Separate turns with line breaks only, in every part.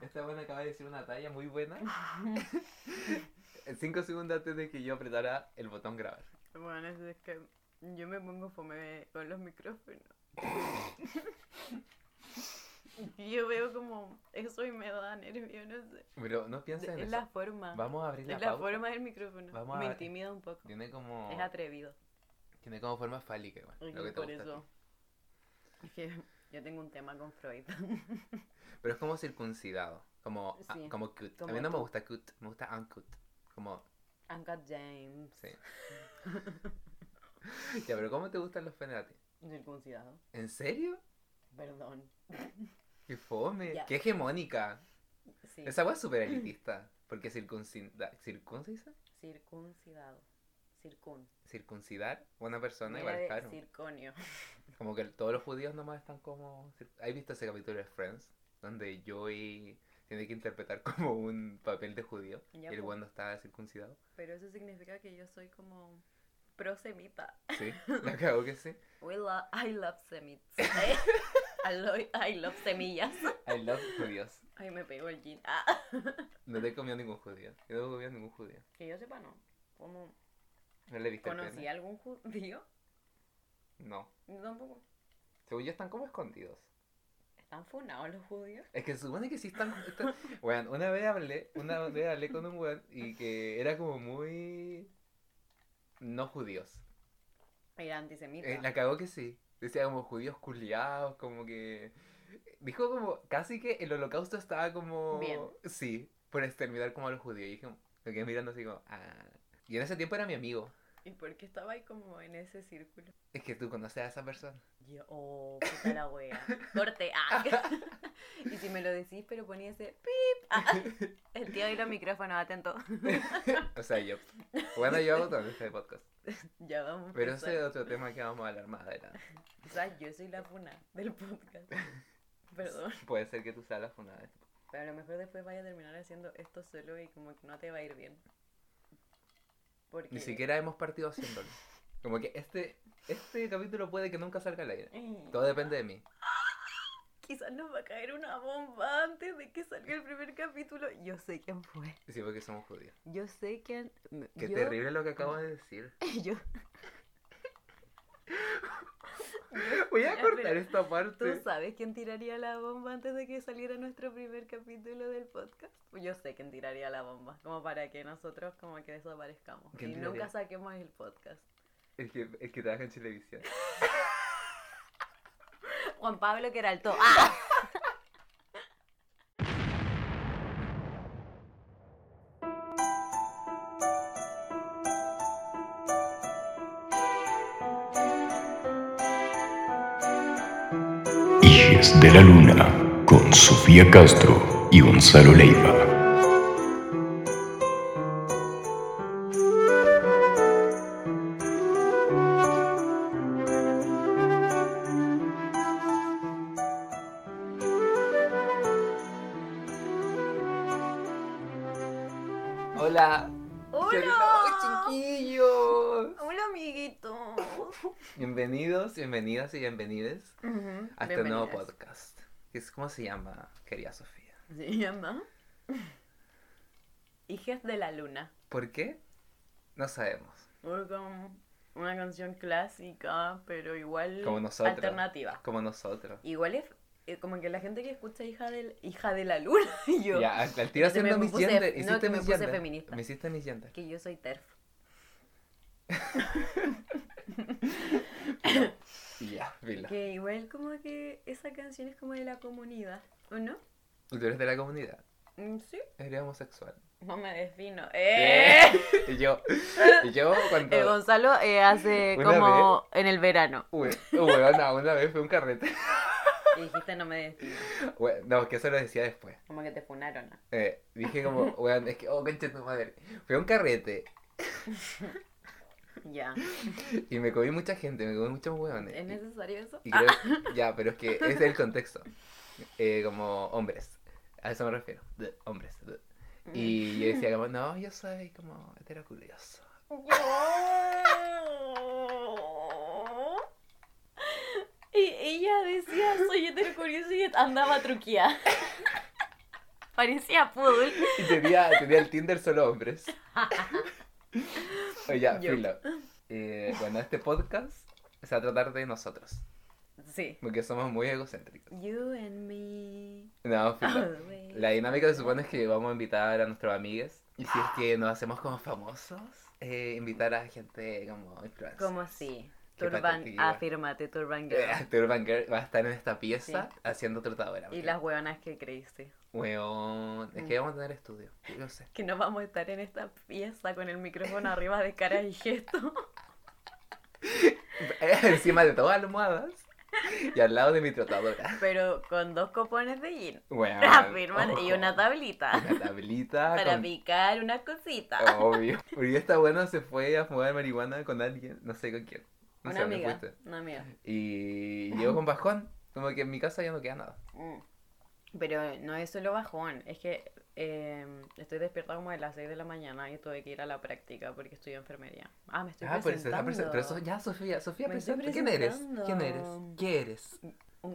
esta buena acaba de decir una talla muy buena. En cinco segundos antes de que yo apretara el botón grabar.
Bueno, eso es que yo me pongo fome con los micrófonos. Y yo veo como eso y me da nervio, no sé.
Pero no
Es
piensen en
la
eso.
forma.
Vamos a abrir la,
es la
pauta.
forma del micrófono.
Vamos a
me
ver.
intimida un poco.
Tiene como.
Es atrevido.
Tiene como forma fálica, igual,
Y
lo que te
por
gusta a ti.
eso. Es que yo tengo un tema con Freud.
Pero es como circuncidado. Como, ah,
Sí,
como cute. a
como
mí no me
tú.
gusta cute, me gusta uncute. Como,
Anka James.
sí. ya, pero ¿cómo te gustan los penes a ti?
Circuncidado.
¿En serio?
Perdón.
¡Qué fome!
Ya.
¡Qué hegemónica!
Sí.
Esa agua es súper elitista. Porque circuncida, ¿circuncisa?
Circuncidado. Circun.
circuncidar a una persona
Era
igual es
de
caro.
circonio.
Como que todos los judíos nomás están como... cir- ¿Has visto ese capítulo de Friends? Donde Joey tiene que interpretar como un papel de judío.
Ya,
y el
po.
cuando está circuncidado.
Pero eso significa que yo soy como pro semita.
Sí, la cago que sí.
We lo- I love semites. I, lo- I love semillas.
I love judíos.
Ay, me pegó el jean. Ah.
No te he comido ningún judío. Yo no he comido ningún judío.
Que yo sepa, no. Como,
¿No le viste el
¿Conocí
pene?
a algún judío?
No.
Yo Tampoco.
Según yo están como escondidos.
¿Están funados los judíos?
Es que se supone que sí están... están... Weón, una vez hablé, una vez hablé con un weón y que era como muy... No judíos.
Era antisemita.
Eh, la cagó que sí. Decía como judíos culiados, como que... Dijo como casi que el holocausto estaba como...
Bien.
Sí, por exterminar como a los judíos. Y dije, me quedé mirando así como... Ah. Y en ese tiempo era mi amigo.
¿Y por qué estaba ahí como en ese círculo?
Es que tú conoces a esa persona.
Yo, oh, puta la wea. Corte. Ah. y si me lo decís, pero ponía ese pip. Ah. El tío y los micrófonos, atento.
O sea, yo... Bueno, yo hago todo este podcast.
ya vamos. a
Pero
empezar.
ese es otro tema que vamos a hablar más adelante.
O sea, yo soy la funa del podcast. Perdón.
Puede ser que tú seas la funada de este podcast.
Pero a lo mejor después vaya a terminar haciendo esto solo y como que no te va a ir bien. Porque...
Ni siquiera hemos partido haciéndolo. Como que este, este capítulo puede que nunca salga al aire.
Mm.
Todo depende de mí.
Quizás nos va a caer una bomba antes de que salga el primer capítulo. Yo sé quién fue.
Sí, porque somos judíos.
Yo sé quién.
Qué
yo-
terrible lo que acabo de decir.
Yo.
Voy a
Ya,
cortar
pero
esta
¿Tú
parte.
sabes quién tiraría la bomba antes de que saliera nuestro primer capítulo del podcast? Pues Yo sé quién tiraría la bomba, como para que nosotros como que desaparezcamos y
¿Quién tiraría?
nunca saquemos el podcast.
El que, el que trabaja en televisión.
Juan Pablo Queraltó. ¡Ah!
Hijes de la Luna con Sofía Castro y Gonzalo Leiva.
Hola.
¡Hola!
chiquillos!
¡Hola, amiguito!
Bienvenidos, bienvenidas y bienvenides a este nuevo
Bienvenidas.
podcast. Que es- ¿Cómo se llama, querida Sofía?
Se llama Hijes de la Luna.
¿Por qué? No sabemos.
Fue como una canción clásica, pero igual
Como nosotros.
alternativa.
Como nosotros.
Igual es eh, como que la gente que escucha Hija de, hija de la Luna y yo.
Ya, al al tiro
Es que me
haciendo mis
puse-
gender.
no,
Hiciste
que me
mis
puse
gender.
feminista.
Me hiciste mis gender.
Que yo soy TERF.
Ya, vila.
Que igual como que esa canción es como de la comunidad, ¿o no?
Tú eres de la comunidad.
Mm, Sí.
Eres homosexual.
No me defino.
Eh. Y yo, y yo cuando...
Eh, Gonzalo eh, hace
Una
como en el verano.
Uy, huevona, una vez fue un carrete.
Y dijiste no me defino.
Hue- No, que eso lo decía después.
Como que te funaron. ¿no?
Eh, dije como, weón, es que, oh, concha de tu madre. Fue un carrete
Ya.
y me comí mucha gente, me comí muchos weones.
¿Es necesario eso? Ah.
Y creo, ya, pero es que ese es el contexto. Eh, como hombres, a eso me refiero, de, hombres. de. Y yo decía como, no, yo soy como heterocurioso.
Yo. Y ella decía, soy heterocuriosa y andaba truquía. Parecía poodle.
Y tenía, tenía el Tinder solo hombres. Oye, ya,
Yo.
filo. Eh, bueno, este podcast se va a tratar de nosotros.
Sí.
Porque somos muy egocéntricos.
You and me.
No,
all
filo.
the way.
La dinámica se supone es que vamos a invitar a nuestros amigues. Y si es que nos hacemos como famosos, eh, invitar a gente como influencer.
¿Cómo así?
Qué
Turban,
patativa.
afirmate, Turban Girl.
Eh, Turban Girl va a estar en esta pieza haciendo tratadora. porque,
Y las Mm. hueonas que creíste.
Weón, es que vamos a tener estudio. Yo no sé.
Que no vamos a estar en esta pieza con el micrófono arriba de cara y gesto.
Encima de todas las almohadas y al lado de mi tratadora.
Pero con dos copones de gin.
Weón,
Afírmate. Ah, Y
Ah, ojo.
una tablita.
Una tablita.
Para
Ah, con- Ah,
picar unas cositas.
Obvio. Porque esta buena se fue a fumar marihuana con alguien, no sé con quién. No
Una
sé dónde
amiga.
fuiste.
Una amiga.
Y llegó con bajón. Como que en mi casa ya no queda nada.
Mm. Pero no es solo bajón, es que eh, estoy despierta como de las 6 de la mañana y tuve que ir a la práctica porque estudio enfermería. Ah, me estoy
ah, pero, se está presen-
presentando.
pero eso- ya, Sofía, Sofía,
Me estoy
presenta. ¿Quién eres? ¿Quién eres?
presentando.
¿Qué eres?
Un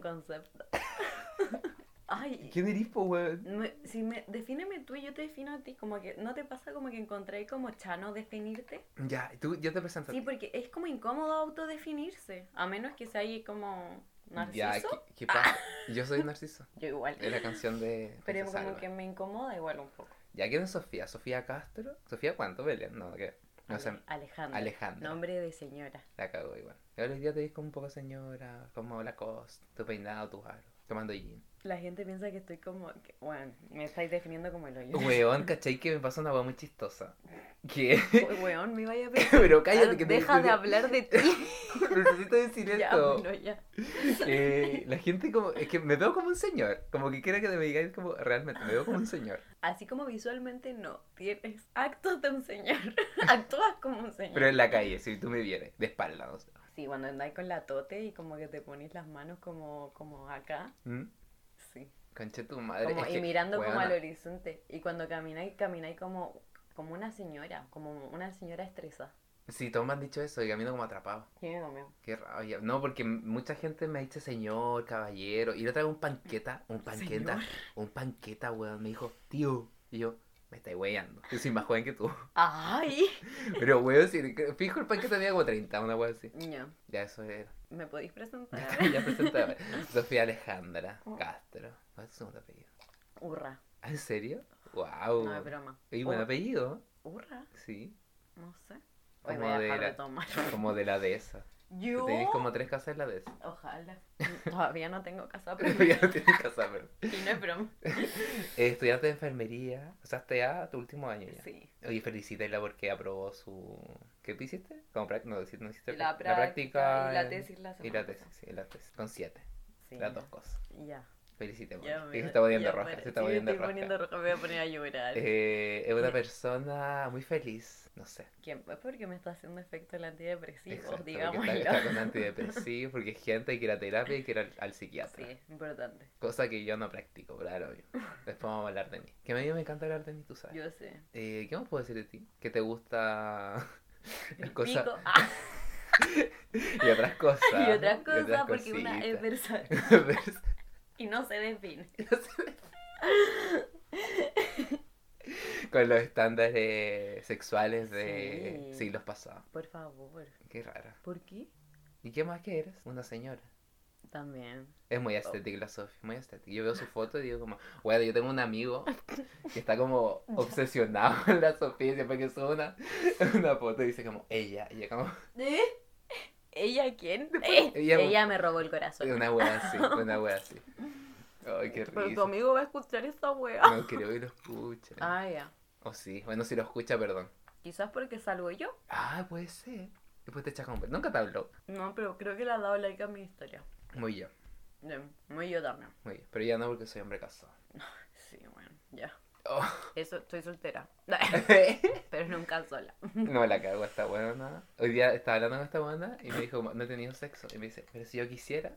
concepto. Ay,
¿Quién eres, po, weón?
me- si me, defíneme tú y yo te defino a ti, como que, ¿no te pasa como que encontré como chano definirte?
Ya, tú, yo te presento. a
Sí,
ti.
porque es como incómodo autodefinirse, a menos que sea ahí como
Ya,
narciso.
¿qué, qué pasa? Yo soy Narciso.
Yo igual.
Es la canción de.
Pero
Princesa
como
Alba.
que me incomoda igual un poco.
Ya, ¿quién es Sofía? ¿Sofía Castro? ¿Sofía cuánto? Belén. No, ¿qué? No sé.
Ale- Alejandra.
Alejandra.
Nombre de señora.
La cago igual. Y ahora hoy día te ves como un poco señora, como la cost, tu peinado, tu aro, tomando gin.
La gente piensa que estoy como. que- bueno, me estáis definiendo como el hoyo.
Weón, ¿cachai? Que me pasa una weón muy chistosa. Que.
Uy, weón, me vaya a pensar.
Pero cállate que te-
Deja
te-
de hablar de ti.
Necesito decir
ya,
esto.
bueno, ya.
Eh, la gente como. Es que me veo como un señor. Como que quiero que me digáis como realmente, me veo como un señor.
Así como visualmente no. Tienes actos de un señor. Actúas como un señor.
Pero en la calle, si tú me vieres, de espaldas. o sea.
Sí, cuando andáis con la tote y como que te pones las manos como, como acá.
¿Mm?
Sí.
Conche tu madre.
Como,
es
y
que,
mirando como
weona,
al horizonte. Y cuando camináis, camináis como, como una señora. Como una señora estresada.
Sí, todos me han dicho eso y camino como atrapado.
Tiene conmigo.
Qué rabia. No, porque m- mucha gente me dice señor, caballero. Y yo traigo un panqueta, un panqueta,
Señor.
un panqueta, weón. Me dijo, tío. Y yo, me estáis weyando. Yo soy más joven que tú.
¡Ay!
Pero, weón, si, fijo el panqueta tenía como 30, una weón así.
No.
Ya, eso era.
¿Me podéis presentar?
ya presentaba. Sofía Alejandra
Oh.
Castro. ¿Cuál es su segundo apellido?
Urra.
¿Ah, ¿En serio? Wow.
No oh. es broma.
Oh, Y buen
Ur-
apellido,
Urra,
sí.
no sé. Hoy
Como
voy a
de
dejar de
la-
tomar.
Como de la dehesa.
Yo.
Tenéis como tres casas en la dehesa.
Ojalá. Todavía no tengo casa
Pero
propia.
ya no tienes casa, pero.
Y no es broma.
Eh, Estudiaste enfermería, o sea, te a tu último año ya.
Sí.
Oye, felicítela porque aprobó su... ¿Qué te hiciste? Como práct- No, decí- no hiciste
La
práct-
práctica y la
eh,
tesis la
Y la
semana
tesis,
pasada.
sí, la tesis. Con siete,
Sí.
las dos cosas.
Ya.
Felicítela.
Ya
se está poniendo roja,
pare-
se está
sí, me
poniendo
estoy
roja.
poniendo roja. Me voy a poner a llorar.
Eh, es una persona muy feliz, no sé.
¿Quién? Pues porque me está haciendo efecto el antidepresivo,
Exacto, porque
pues, digámoslo.
está, está con antidepresivos, porque es gente que quiere terapia y que ir al, al psiquiatra.
Sí, importante.
Cosa que yo no practico, claro, obvio. Después vamos a hablar de mí. Que a mí me encanta hablar de mí, tú sabes.
Yo sé.
Eh, ¿Qué más puedo decir de ti? Que te gusta las
El
cosas
pico. Ah,
y otras cosas.
y otras cosas, porque una es
cositas.
persona y no se define.
Con los estándares sexuales de
Sí.
siglos pasados.
Por favor.
Qué rara.
¿Por qué?
¿Y qué más que eres? Una señora.
También.
Es muy estética la Sofía, muy estética. Yo veo su foto y digo como, bueno, yo tengo un amigo que está como obsesionado con la Sofía, siempre que sube una, una foto dice como, ella, y yo como,
¿Eh? ¿Ella quién? Eh,
ella
Ella,
me-
me robó el corazón.
una wea así, una wea así. Ay, qué
Pero tu
risa.
amigo va a escuchar esta wea.
No creo que lo escuche.
Ah, ya.
O sí, bueno, si lo escucha, perdón.
Quizás porque salgo yo.
Ah, puede ser. Después te echas con... Nunca te habló.
No, pero creo que le ha dado like a mi historia.
Muy bien,
Bien, Muy yo también.
muy bien. Pero ya no porque soy hombre casado.
Sí, bueno, ya.
Oh.
Eso, estoy soltera. pero nunca sola.
no la cago esta buena. Hoy día estaba hablando con esta buena y me dijo, como, no he tenido sexo. Y me dice, pero si yo quisiera.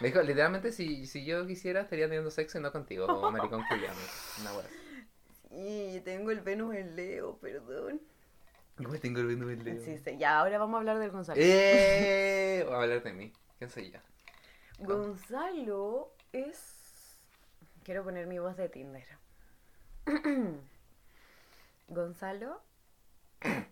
Me dijo, literalmente, si, si yo quisiera, estaría teniendo sexo y no contigo, como maricón culiano. Una wea. así.
Y tengo el Venus en Leo, perdón.
Igual tengo el vino del dedo.
Sí, sí. Ya, ahora vamos a hablar del Gonzalo.
¡Eh! Voy a hablar de mí. ¿Quién soy yo?
Gonzalo es. Quiero poner mi voz de Tinder. Gonzalo. es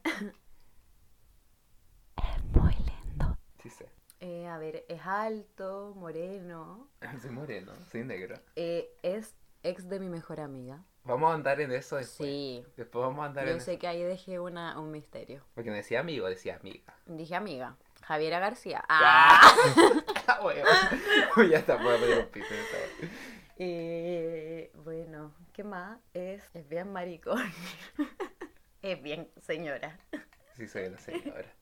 muy lindo.
Sí sé.
Eh, a ver, es alto, moreno.
Soy moreno, soy negro.
eh, es ex de mi mejor amiga.
Vamos a andar en eso después.
Sí.
Después vamos a andar en
Yo
eso.
sé que ahí dejé una, un misterio.
Porque no decía amigo, decía amiga.
Dije amiga. Javiera García.
Ah, huevo. Uy, ya está, puedo poner un pito en esta hora.
Eh, bueno, ¿qué más? Es, es bien maricón. es bien señora.
Sí, soy una señora.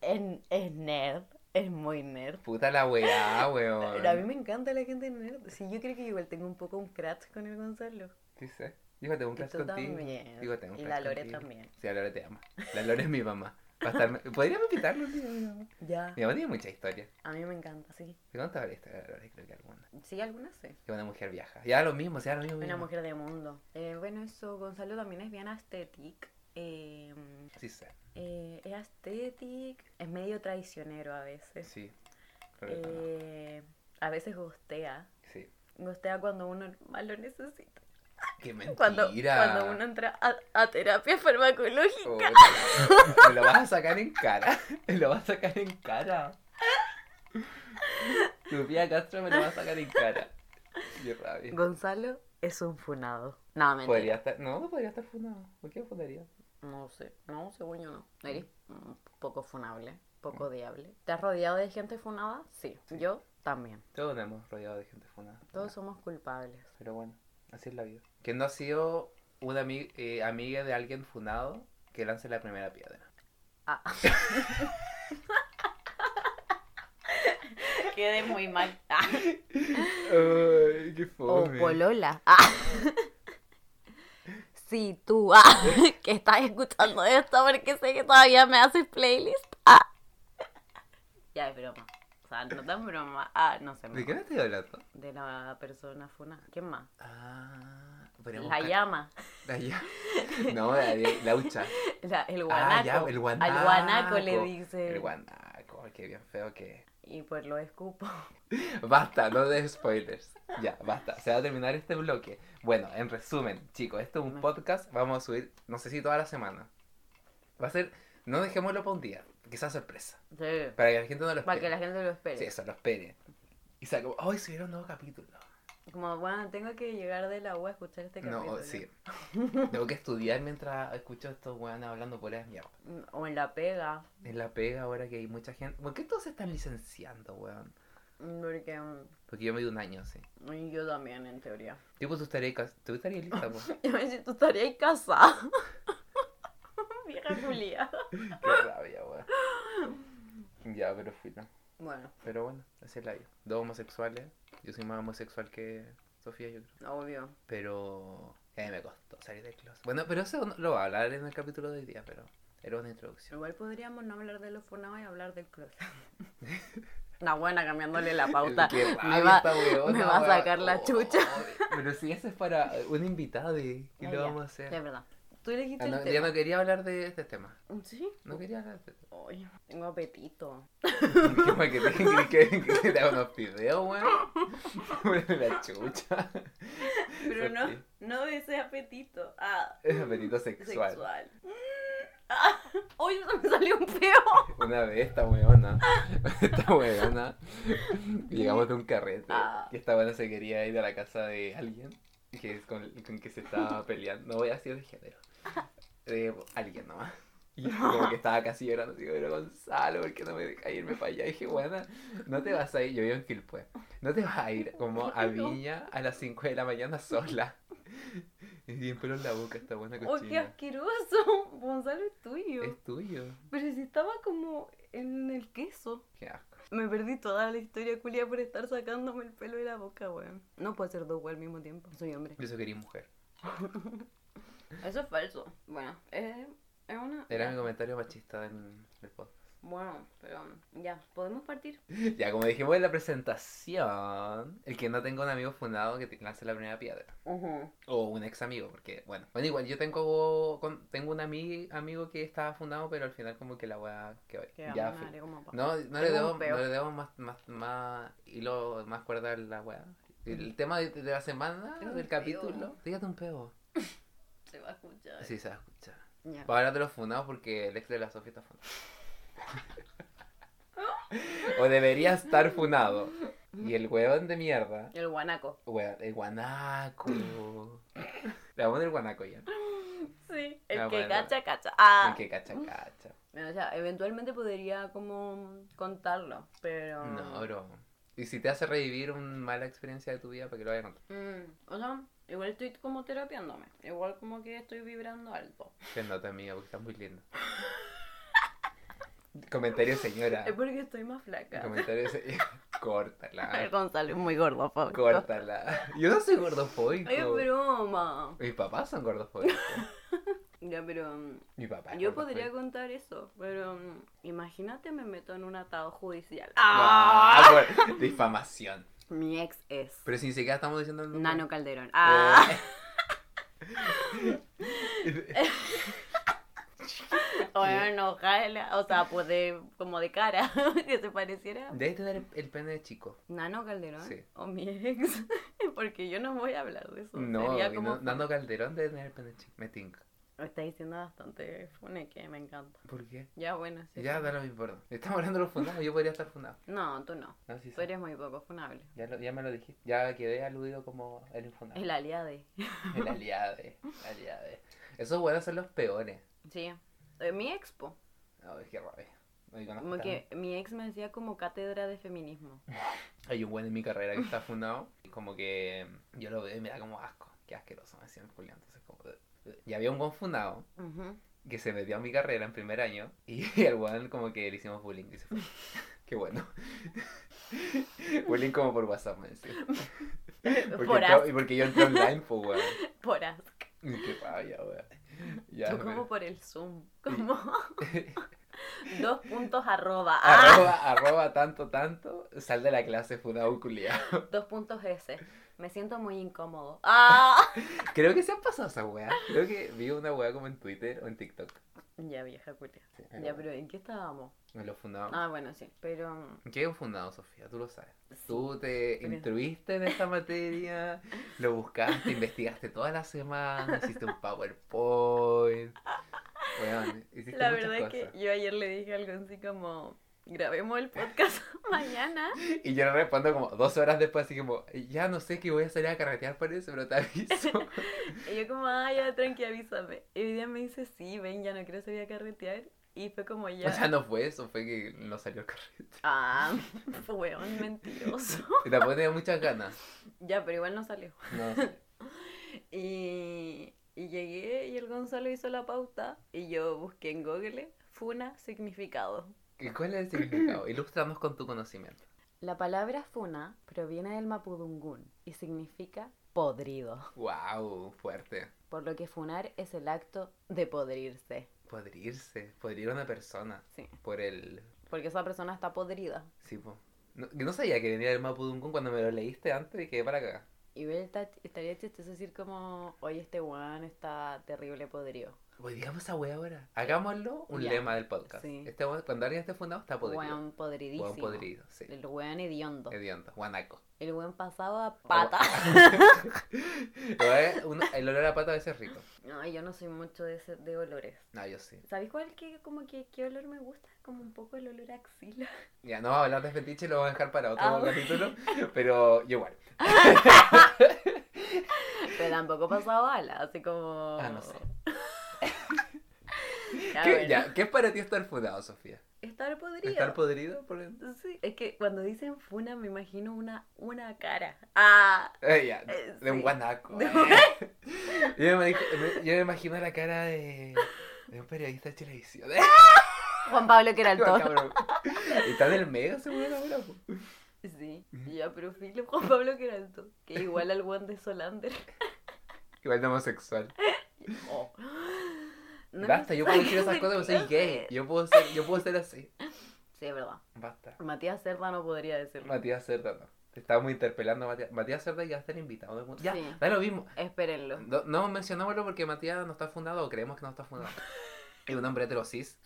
Es, es nerd. Es muy nerd.
Puta la weá,
Pero a mí
weón.
me encanta la gente nerd. Sí, yo creo que igual tengo un poco un crash con el Gonzalo.
Dice. Digo, tengo un
Y
crash
tú
contigo.
también.
Digo, tengo un
Y
crush
la Lore
contigo.
también.
Sí, la Lore te ama. La Lore es mi mamá. Va a estar- Podríamos invitarlo, tío. Mi mamá
Ya.
Mi mamá tiene mucha historia.
A mí me encanta, sí.
¿Te contaba esta de la Lore? Creo que alguna.
Sí, algunas sí.
Que una mujer viaja. Ya lo mismo, sea lo mismo.
Una
mismo.
mujer de mundo. Eh, bueno, eso, Gonzalo también es bien aesthetic. Eh,
Sí, sé.
eh, es aesthetic, es medio traicionero a veces.
Sí. Pero, no.
Eh, a veces gostea.
Sí.
Gostea cuando uno más lo necesita.
Qué mentira.
Cuando, cuando uno entra a, a terapia farmacológica.
Puta la- Me lo vas a sacar en cara. Me lo vas a sacar en cara. Sofía Castro me lo va a sacar en cara. Qué rabia.
Gonzalo es un funado. No, mentira.
Podría estar. No, podría estar fundado. ¿Por qué fundaría?
No sé. No, según yo no. Eres un poco funable, poco odiable. ¿Te has rodeado de gente funada? Sí. Yo también.
Todos nos hemos rodeado de gente fundada.
Todos somos culpables.
Pero bueno, así es la vida. ¿Quién no ha sido una ami- eh, amiga de alguien fundado que lance la primera piedra?
Ah. Quedé muy mal.
Ay, qué
Ah, O
fome.
polola. Ah. Sí, tú, ah, que estás escuchando esto porque sé que todavía me haces playlist. Ah. Ya es broma. O sea, no tan broma. Ah, no sé.
¿De qué me estoy hablando?
De la persona funada. ¿Quién más?
Ah, podríamos
La
buscar-
llama.
La llama. No, la, de- la hucha.
La- el guanaco.
Ah, ya, el guanaco.
Al guanaco le dice.
El guanaco, qué bien feo que.
Y pues lo escupo.
Basta, no de spoilers. Ya, basta. Se va a terminar este bloque. Bueno, en resumen, chicos, esto es un podcast. Vamos a subir, no sé si toda la semana. Va a ser, no dejémoslo para un día, que sea sorpresa.
Sí.
Para que la gente no lo
Para que
espere.
la gente lo espere.
Sí, eso, lo espere. Y sea como, ¡ay, subieron un nuevo capítulo!
Como, bueno, tengo que llegar de la U a escuchar este capítulo.
No, sí. Tengo que estudiar mientras escucho a estos weones hablando por las mierda.
O en la pega.
Es la pega ahora que hay mucha gente. ¿Por qué todos se están licenciando, weón?
Porque mm,
Porque yo me di un año pues así.
yo también, en teoría.
Tipo, tú estarías, cas- tú estarías lista, po.
Yo me siento, estaría ahí casada. Vieja Julia.
Qué rabia, weón. Ya, pero fui, no.
Bueno,
Pero bueno, así es la vida. Dos homosexuales. Yo soy más homosexual que Sofía, yo creo.
obvio.
Pero. A mí me costó salir del closet. Bueno, pero eso no- lo va a hablar en el capítulo de hoy día, pero era una introducción.
Igual podríamos no hablar de los funados y hablar del closet. Una buena cambiándole la pauta.
Qué
Me
rabia
va,
esta weona,
me va a
weón.
sacar la
Oh,
chucha.
Pero si eso es para un invitado, ¿y ¿qué
Ah,
le
ya,
vamos a
ya, Es
hacer?
verdad. Tú elegiste
Ah, no,
el
ya
tema.
no quería hablar de este tema.
¿Sí?
No quería hablar de este
Ay, tengo apetito.
tema. ¿Qué más que te- que- que- que te haga unos videos, weón? la chucha.
Pero no,
Sí.
no de ese apetito. Ah,
Es apetito sexual.
sexual. Mm. Hoy me salió un peo.
Una vez esta weona, esta weona, llegamos de un carrete
Ah.
y esta weona se quería ir a la casa de alguien que es con, con que se estaba peleando. No voy a decir de género. De alguien nomás. Y como que estaba casi llorando, digo, pero Gonzalo, ¿por qué no me deja irme para allá? Y dije, weona, no te vas a ir, yo vivo en Quilpue, no te vas a ir como a Viña a las 5 de la mañana sola. Y bien pelo en la boca esta buena
¡Ay, Oh, qué
cochina.
asqueroso! Gonzalo es tuyo.
Es tuyo.
Pero si estaba como en el queso.
Qué asco.
Me perdí toda la historia culia por estar sacándome el pelo de la boca, weón. No puedo hacer dos weón al mismo tiempo. Soy hombre.
Yo eso quería mujer.
Eso es falso. Bueno, es, es una.
Era mi comentario machista en el podcast.
Bueno, pero ya, podemos partir.
Ya, como dijimos en la presentación, el que no tenga un amigo fundado que te lance la primera piedra. O un ex amigo, porque, bueno, bueno igual yo tengo con- tengo un ami- amigo que estaba fundado, pero al final como que la weá que hoy.
Que
Ya,
vamos a
filo.
darle como pa-
no, no le
Tengo
debo,
un peo.
no le debo más, más, más hilo, más cuerda a la weá. El tema de, de la semana,
Tírate
del
un
capítulo,
peo.
dígate un peo.
Se va a escuchar.
Sí, se va a escuchar.
Ya.
Va a hablar de los funados porque el ex de la Sofía está funado. o debería estar funado. Y el huevón de mierda.
El guanaco.
Weón, el guanaco. Le vamos del guanaco ya.
Sí. El
Ah,
que
bueno.
cacha, cacha. Ah.
El que cacha, cacha.
Bueno, o sea, eventualmente podría como contarlo, pero... mm,
No, bro. Y si te hace revivir una mala experiencia de tu vida, ¿para que lo vayas a contar?
Mm, o sea, igual estoy como terapiándome. Igual como que estoy vibrando alto.
Que no, amiga, porque estás muy linda. Comentario, señora.
Es porque estoy más flaca.
Comentario, señora.
El
Córtala.
Gonzalo es muy gordo, pobre.
Córtala. Yo no soy gordofóbico.
Es broma.
Mis papás son gordofóbicos.
Ya, pero... mm,
Mi papá. es
Yo
gordofóbico.
podría contar eso, pero... mm, imagínate me meto en un atado judicial.
Ah,
¡Ah!
por- Difamación.
Mi ex es...
Pero Eh. si ni siquiera estamos diciendo el nombre.
Nano Calderón. ¡Ah!
Eh.
O no, jala, o sea, pues de, como de cara, que se pareciera.
Debes tener el- el pene de chico.
Nano Calderón
Sí.
o mi ex, porque yo no voy a hablar de eso.
No,
Sería
y
como...
no- Nando Calderón debe tener el pene de chico. Me tinca.
Me está diciendo bastante fune que me encanta.
¿Por qué?
Ya, bueno, sí.
Ya, da lo mismo, perdón. Estamos hablando de los fundados, yo podría estar fundado.
No, tú no.
No, sí, sí.
Tú eres muy poco funable.
Ya, lo- ya me lo dijiste. Ya quedé aludido como el infundado.
El aliado. de-
El aliade. El aliade. Esos buenos son los peores.
Sí. Eh, mi expo.
No, es que rabia. No, yo conozco
Como que
tanto.
mi ex me decía como cátedra de feminismo.
Hay un buen en mi carrera que está fundado. Y como que mm, yo lo veo y me da como asco. Qué asqueroso me decían Julián. Entonces, como. eh, Y había un buen fundado
Ujú.
que se metió a mi carrera en primer año. Y el buen como que le hicimos bullying. Y se fue. Qué bueno. bullying como por WhatsApp, me decía. Porque
Por
entró-
as-
y porque yo entré online, pues, weón.
Por as-
Y Qué rabia, weón. Ya,
Tú
pero-
como por el Zoom. Como dos puntos arroba. ¡Ah!
Arroba, arroba tanto, tanto, sal de la clase funado culiao.
Dos puntos S. Me siento muy incómodo. ¡Ah!
Creo que se han pasado esa weá. Creo que vi una weá como en Twitter o en TikTok.
Ya, vieja culia.
Sí, ahí
Ya,
va.
pero ¿en qué estábamos?
Me lo fundaron.
Ah, bueno, sí. Pero. mm,
¿Qué es un fundado, Sofía? Tú lo sabes.
sí.
Tú te
Pero-
instruiste en esta materia, lo buscaste, investigaste toda la semana, hiciste un PowerPoint. Weón, hiciste
La
muchas
verdad es
cosas.
que yo ayer le dije algo así como. Grabemos el podcast mañana.
Y yo le respondo como dos horas después, así como, ya no sé que voy a salir a carretear por eso, pero te aviso.
Y yo, como, ah, ya, tranqui, avísame. Y hoy día me dice, sí, ven, ya no quiero salir a carretear. Y fue como ya.
O sea, no fue eso, fue que no salió el carrete.
Ah, weón, mentiroso.
Y tampoco tenía muchas ganas.
ya, pero igual no salió.
No,
Y, y llegué y el Gonzalo hizo la pauta. Y yo busqué en Google Funa significado.
¿Y ¿Cuál es el significado? Ilustramos con tu conocimiento.
La palabra funa proviene del mapudungún y significa podrido,
¡Wow! Fuerte.
por lo que funar es el acto de podrirse.
Podrirse. Podrir a una persona.
Sí,
Por el.
porque esa persona está podrida.
Sí, po. No, yo no sabía que venía del Mapudungun cuando me lo leíste antes y quedé para acá.
Y ver, está- estaría chistoso decir como, oye, este weón está terrible podrido.
Pues digamos esa wea ahora. Hagámoslo un
Ya.
lema del podcast.
Sí.
Este, weón- cuando alguien esté fundado está podrido.
Weón podridísimo.
Weón podrido, sí.
El weón hediondo.
Hediondo. Guanaco.
El weón pasado a
Oh.
pata.
Pero, eh, uno- el olor a pata a veces es rico.
No, yo no soy mucho de, ese- de olores.
No, yo sí.
¿Sabéis cuál que como que qué olor me gusta? Como un poco el olor a axila.
Ya no vamos a hablar de fetiche, lo vamos a dejar para otro
Ah, bueno.
capítulo. Pero yo igual.
Pero tampoco pasaba bala, así como.
Ah, no sé.
Oh, Ya,
¿Qué,
bueno.
ya, ¿Qué es para ti estar fundado, Sofía?
Estar podrido.
¿Estar podrido? Por...
Sí, Es que cuando dicen funa me imagino una, una cara. Ah,
Eh, ya,
Eh,
de un
sí.
guanaco.
De-
eh. yo, me, imag- yo me imagino la cara de, de un periodista de televisión.
Juan Pablo que era el todo.
Cabrón. Y Está en el medio ese weón ahora. po.
Sí, ya, pero filo Juan Pablo que era el todo. Que igual al Juan de Solander.
Igual de homosexual.
Oh. No
Basta,
me
yo puedo
saques
decir esas
de
cosas, yo soy gay.
clase.
Yo puedo ser, yo puedo ser así.
Sí, es verdad.
Basta.
Matías Cerda no podría decirlo.
Matías Cerda, no. Te estábamos interpelando a Matías. Matías Cerda ya está invitado. del mundo. Ya,
Sí.
da lo mismo.
Espérenlo.
No, no mencionámoslo porque Matías no está fundado o creemos que no está fundado. Es un hombre heterosis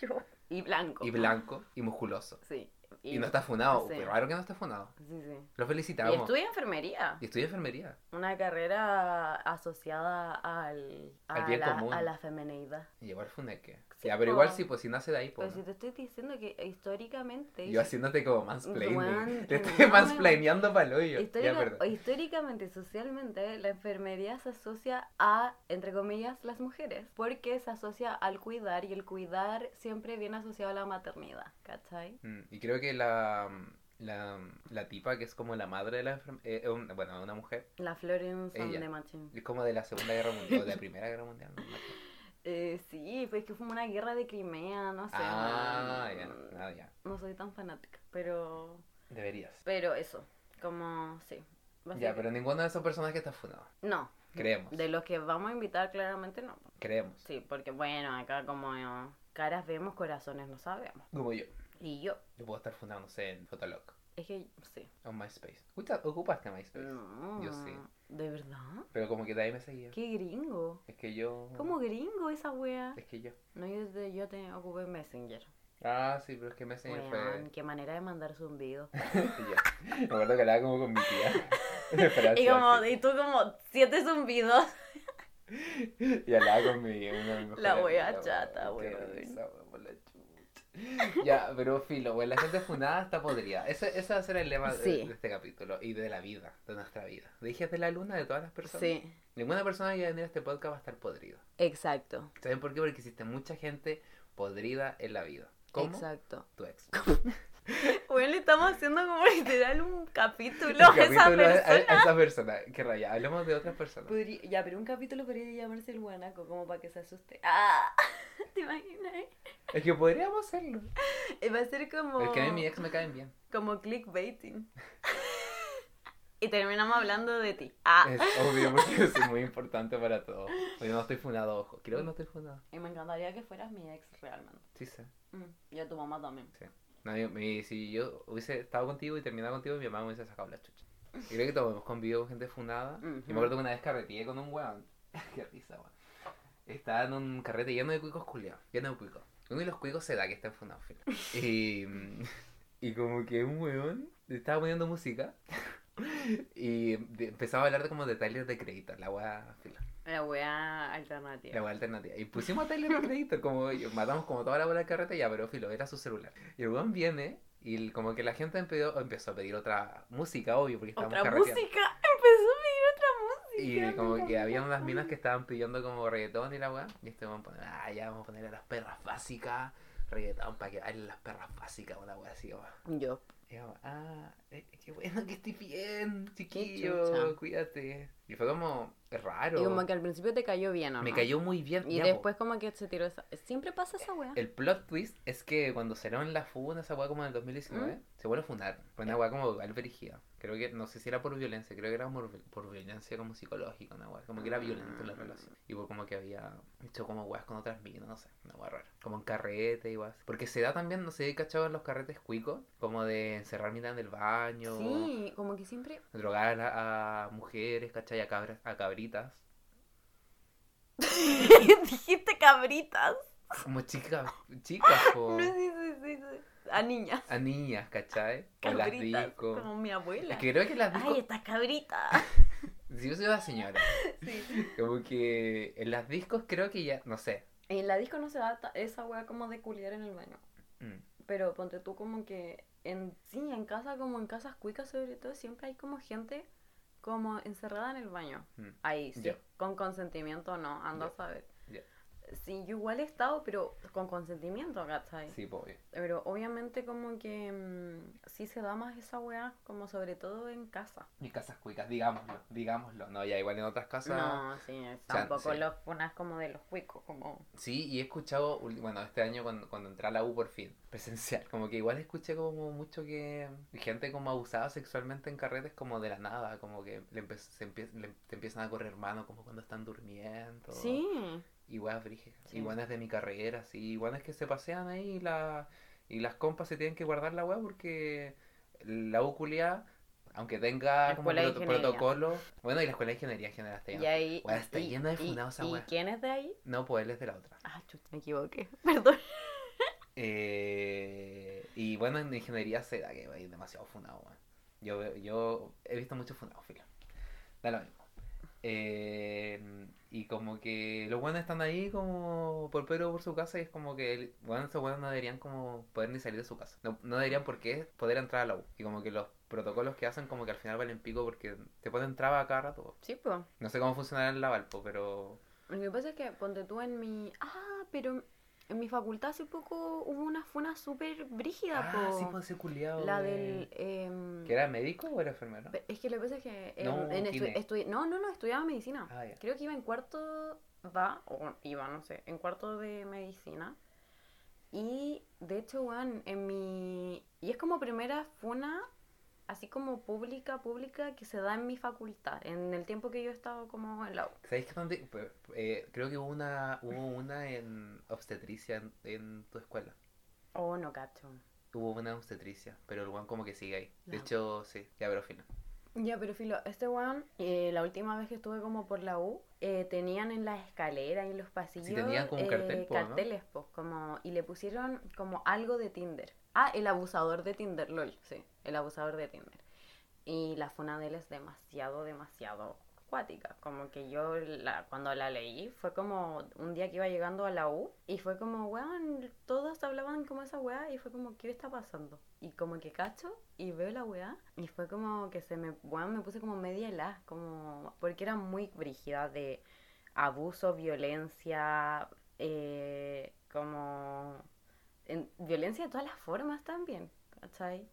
Y blanco.
y blanco y musculoso.
Sí.
Y no está funado.
Sí.
Qué raro que no está funado.
Sí, sí.
Lo
Y
felicitamos.
estudia enfermería.
Y estudia enfermería.
Una carrera asociada al,
Al
a,
bien
la,
común.
a la femeneidad.
Y igual funeque.
Sí,
ya, pero
po.
igual sí, pues si nace de ahí,
Pero
pues.
si te estoy diciendo que históricamente.
Yo haciéndote como mansplaining. Te
Weón, que
estoy
no,
mansplaineando para hoyo. Ya,
histórica-
perdón.
históricamente, socialmente, la enfermería se asocia a, entre comillas, las mujeres, porque se asocia al cuidar y el cuidar siempre viene asociado a la maternidad, ¿cachai?
Mm, Y creo que la, la, la tipa que es como la madre de la enfermedad, bueno, una mujer,
La Florence and
Ella.
the Machine.
es como de la Segunda Guerra Mundial, o de la Primera Guerra Mundial. no me acuerdo.
Eh, sí, pues que fue una guerra de Crimea, no sé.
ah,
no-
ya, nada, ya.
No soy tan fanática, pero...
Deberías.
Pero eso, como, sí.
Ya,
básicamente-
pero ninguno de esos personajes está funado.
No,
Creemos.
de los que vamos a invitar claramente no.
Creemos.
Sí, porque bueno, acá como eh, caras vemos, corazones no sabemos.
Como yo.
Y yo,
Yo puedo estar fundado, no sé, en Fotolog
es que, sí.
o en MySpace. Escucha, ocupaste MySpace.
No.
Yo sí.
Mm, ¿De verdad?
Pero como que de ahí me seguía.
¿Qué gringo?
Es que yo.
¿Cómo gringo esa wea?
Es que yo.
No, yo te, yo te ocupé Messenger.
Ah, sí, pero es que me seguía
Weón, qué manera de mandar zumbido.
Me acuerdo que hablaba como con mi tía. de
y
Francia,
como,
así.
y tú como, siete zumbidos.
Y hablaba con mi, uno de mis mejores
La
amigos,
wea
weón,
chata,
qué
weón.
risa, weón, por la chucha. Ya, pero filo, weón, la gente fundada está podrida. Ese, ese va a ser el lema de-
Sí.
de, este capítulo y de la vida, de nuestra vida. De hijas de la luna de todas las personas.
Sí,
Ninguna persona que venir a este podcast va a estar podrida.
exacto.
¿Saben por qué? Porque existe mucha gente podrida en la vida. ¿Cómo?
Exacto.
Tu ex.
Bueno, le estamos haciendo como literal un capítulo
El
a esa
capítulo es-
persona.
a- a esa persona. Qué raya. Hablemos de otras personas.
Podría- ya, pero un capítulo podría llamarse el guanaco, como para que se asuste. ¡Ah! ¿Te imaginas?
Es que podríamos hacerlo.
Eh, Va a ser como.
Es que a mí mi ex me caen bien.
Como clickbaiting. y terminamos hablando de ti. ¡Ah!
Es obvio porque es muy importante para todos. Oye, no estoy funado, ojo. Creo que no estoy funado.
Y me encantaría que fueras mi ex realmente.
Sí sé.
Mm, Y a tu mamá también.
No, yo- mi- si yo hubiese estado contigo y terminado contigo, mi mamá me hubiese sacado la chucha. Y creo que todos hemos convivido con gente fundada. Y
Ujú.
me acuerdo que una vez carreteé con un weón. Qué risa, weón. Estaba en un carrete lleno de cuicos culiados, lleno de cuicos. Uno de los cuicos se da que está funado, filo. Y, y como que un weón le estaba poniendo música. Y de- empezaba a hablar de como de Tyler de crédito, la weá filo.
La wea
La
alternativa.
weá alternativa. Y pusimos a Tyler Creator, como y matamos como toda la bola de carreta, ya, pero filo, era su celular. Y el weón viene y el- como que la gente empeó- empezó a pedir otra música, obvio, porque estábamos
Otra música.
carreteando.
Empezó a pedir otra música.
Y como que
nunca-
habían unas minas que estaban pidiendo como reggaetón y la weá. Y este weón pone, ah, ya vamos a poner a las perras básicas, reggaetón para que bailen las perras básicas, una weá así, weón.
Yo.
Y yo, ah, eh, qué bueno que estoy bien,
chucha.
chiquillo, cuídate. Y fue como raro.
Y como que al principio te cayó bien, ¿o
Me
no?
cayó muy bien.
Y
ya, po.
después como que se tiró esa... Siempre pasa esa wea.
El plot twist es que cuando salieron la funa, esa weá como en el
Mm.
2019, se vuelve a fundar. Fue una weá como igual brígida. Creo que, no sé si era por violencia, creo que era por, por violencia como psicológica, una weá. Como que era violento
Ah.
la relación. Y por como que había hecho como weas con otras minas, no sé, una weá rara. Como en carrete y weas. Porque se da también, no sé, cachado en los carretes cuicos, como de encerrar minas en el baño,
Sí, como que siempre...
drogar a, la- a mujeres, cachai, a, cabras, a cabritas.
Dijiste cabritas.
Como chicas, chicas, po,
No, sí, sí, sí, sí. A niñas.
a niñas, cachai. O las
Cabritas.
discos.
Como mi abuela.
Es que creo que las
Ay,
discos.
estas cabritas.
Si yo soy una señora.
Sí.
Como que en las discos creo que ya. No sé.
En la disco no se da ta- esa wea como de culiar en el baño.
Mm.
Pero ponte tú como que en sí, en casa, como en casas cuicas sobre todo, siempre hay como gente como encerrada en el baño.
Mm.
Ahí sí,
Ya.
con consentimiento o no, ando
Ya.
a saber.
Ya.
Sí, yo igual he estado, pero con consentimiento, ¿cachai?
Sí, pues obvio.
Pero obviamente como que mm, sí se da más esa weá, como sobre todo en casa.
Mis casas cuicas, digámoslo, digámoslo. No, ya igual en otras casas.
No, sí, tampoco
sí.
los funas como de los cuicos, como...
Sí, y he escuchado, ul- bueno, este año cuando, cuando entré a la U por fin, presencial, como que igual escuché como mucho que gente como abusada sexualmente en carretes como de la nada, como que le, empe- se empie- le- te empiezan a correr mano como cuando están durmiendo.
Sí.
Y weas brígidas.
Sí.
Y buenas de mi carrera, sí. Y buenas que se pasean ahí y, la, y las compas se tienen que guardar la wea porque la UCULIA, aunque tenga
La
como
escuela de
proto-
ingeniería.
protocolo. Bueno, y la escuela de ingeniería en general está
Y
llena.
ahí...
Weá, está
y-
llena de
y-
funados esa
¿Y
weá.
quién es de ahí?
No, pues él es de la otra.
Ah, chuta, me equivoqué. Perdón.
Eh, Y bueno, en ingeniería se da que hay demasiado funado, weón. Yo, veo- yo he visto muchos funados, filo. Da lo mismo. Eh, y como que los buenos están ahí como por Pedro por su casa y es como que el- bueno, esos buenos no deberían como poder ni salir de su casa. No, no deberían por qué poder entrar a la U. Y como que los protocolos que hacen como que al final valen pico porque te ponen traba a cada rato.
Sí, pues.
No sé cómo funcionará en la Valpo, pero...
Lo que pasa es que ponte tú en mi. Ah, pero en mi facultad hace poco hubo una funa súper brígida,
Ah,
po.
sí, pues ese culiao
La
de-
del. em,
¿Que era médico o era enfermero?
pe- Es que lo que pasa es que. em,
No,
en estu-
kine.
estu- no, no, no, estudiaba medicina.
Ah, ya.
Creo que iba en cuarto. Va, o iba, no sé. En cuarto de medicina. Y de hecho, weón, en mi. Y es como primera funa, así como pública, pública, que se da en mi facultad. En el tiempo que yo he estado como en la U.
¿Sabéis que dónde? Pues, eh, creo que hubo una, hubo una en obstetricia en, en tu escuela.
Oh, no cacho.
Hubo una en obstetricia, pero el guan como que sigue ahí. De
Ya.
hecho, sí, ya pero fino.
Ya, pero filo, este weón, eh, la última vez que estuve como por la U, eh, tenían en las escaleras y en los pasillos
tenían como un cartel,
eh,
po, ¿no?
carteles, po, como, y le pusieron como algo de Tinder. Ah, el abusador de Tinder, lol, sí, el abusador de Tinder. Y la funa de él es demasiado, demasiado acuática. Como que yo la, cuando la leí fue como un día que iba llegando a la U y fue como, weón, todos hablaban como esa weá y fue como, ¿qué está pasando? Y como que cacho y veo la weá y fue como que se me, weón, me puse como media helada, como, porque era muy brígida de abuso, violencia, eh, como, en- violencia de todas las formas también, ¿cachai?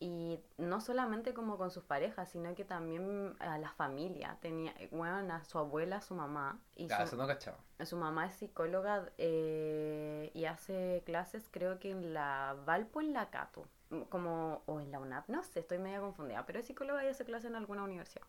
Y no solamente como con sus parejas, sino que también a la familia. Tenía, bueno, a su abuela, a su mamá. Y
Ah,
su,
eso no cachaba.
su mamá es psicóloga eh, y hace clases, creo que en la Valpo, en la Cato. mm, Como, o en la UNAP, no sé, estoy media confundida. Pero es psicóloga y hace clases en alguna universidad.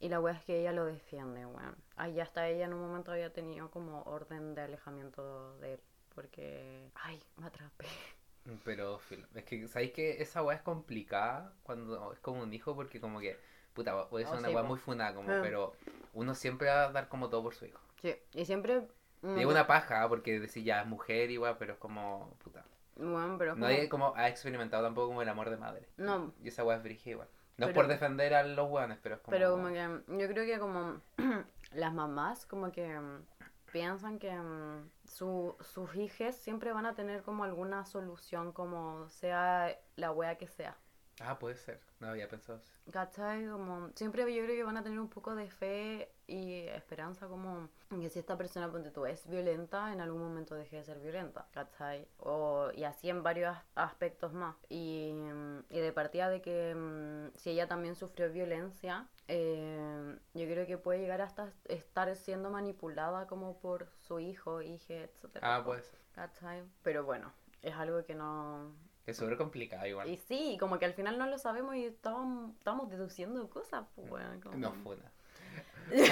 Y la wea es que ella lo defiende, weón. Ahí hasta ella en un momento había tenido como orden de alejamiento de él. Porque, ay, me atrapé.
Pero filo. Es que, ¿sabéis que esa weá es complicada cuando es como un hijo? Porque como que, puta, puede ser
Ah,
una
sí,
weá
po.
muy funada, como,
Ah.
pero uno siempre va a dar como todo por su hijo.
Sí, y siempre...
Y es una paja, ¿eh? porque decir ya es mujer y weá, pero es como, puta.
Bueno, pero es como-
Nadie como ha experimentado tampoco como el amor de madre.
No.
Y esa weá es brígida igual. No es
Pero-
por defender a los weones, pero es como.
Pero como que mm, yo creo que como las mamás como que mm, piensan que mm, su- sus hijes siempre van a tener como alguna solución como sea la wea que sea.
Ah, puede ser. No había pensado así.
¿Cachai? Como, siempre yo creo que van a tener un poco de fe y esperanza como en que si esta persona, ponte tú, es violenta, en algún momento deje de ser violenta, ¿cachai? O, y así en varios as- aspectos más. Y, mm, y de partida de que mm, si ella también sufrió violencia, eh, yo creo que puede llegar hasta estar siendo manipulada como por su hijo, hija, etc.
Ah, puede ser.
¿Cachai? Pero bueno, es algo que no,
Es súper complicado igual.
y sí, como que al final no lo sabemos y estábamos, estábamos deduciendo cosas, pues, weón, como-
No funa.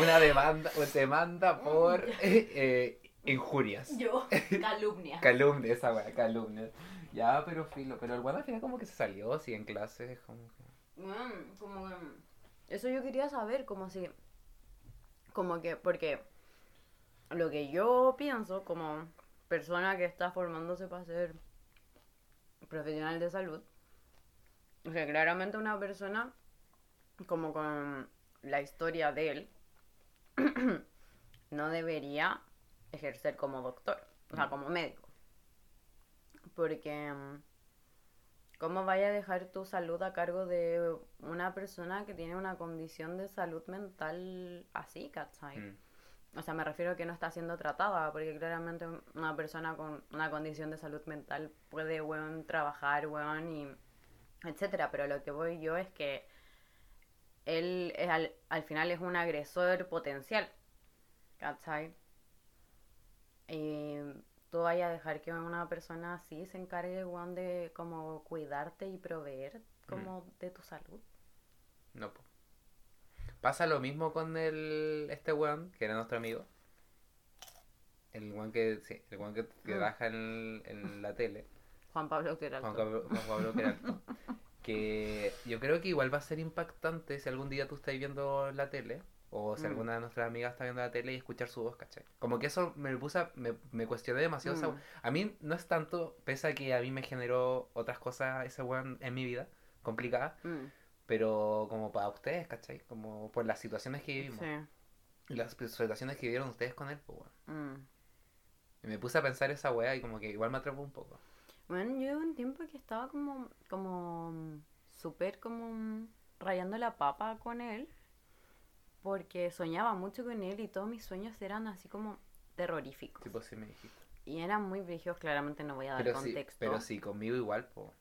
Una demanda, o demanda por eh, injurias.
Yo, calumnia.
Calumnia, esa weá, calumnia. Ya, pero filo. Pero el weón al final como que se salió, así en clases, como que.
Weón, Mm, como que- Eso yo quería saber, como si... Como que, porque lo que yo pienso como persona que está formándose para ser profesional de salud, o sea, claramente una persona como con la historia de él, no debería ejercer como doctor, o sea, como médico. Porque, mm, ¿cómo vaya a dejar tu salud a cargo de una persona que tiene una condición de salud mental así, ¿cachai?
mm.
O sea, me refiero a que no está siendo tratada, porque claramente una persona con una condición de salud mental puede, weón, trabajar, weón, y etcétera. Pero lo que voy yo es que él es al, al final es un agresor potencial, ¿cachai? Y tú vayas a dejar que una persona así se encargue, weón, de como cuidarte y proveer como
Mm.
de tu salud.
No, po. Pasa lo mismo con el este weón, que era nuestro amigo. El weón que, sí, el weón que, que
Mm.
trabaja en, en la tele.
Juan Pablo
Juan
Queralto.
Pablo, Juan Pablo Peralta. Que yo creo que igual va a ser impactante si algún día tú estás viendo la tele O si
Mm.
alguna de nuestras amigas está viendo la tele y escuchar su voz, ¿cachai? Como que eso me puse, a- me, me cuestioné demasiado. esa
Mm.
we- a mí no es tanto, pese a que a mí me generó otras cosas ese weón en mi vida, complicadas,
Mm,
pero como para ustedes, ¿cachai? Como por las situaciones que vivimos.
sí.
Y las situaciones que vivieron ustedes con él, pues weón.
Mm.
Y me puse a pensar esa weá y como que igual me atrapó un poco.
Bueno, yo hubo un tiempo que estaba como, como mm, súper como mm, rayando la papa con él, porque soñaba mucho con él y todos mis sueños eran así como terroríficos.
Tipo, sí me dijiste.
Y eran muy brígidos, claramente no voy a dar
Pero sí,
Ah, contexto.
pero sí, conmigo igual, po.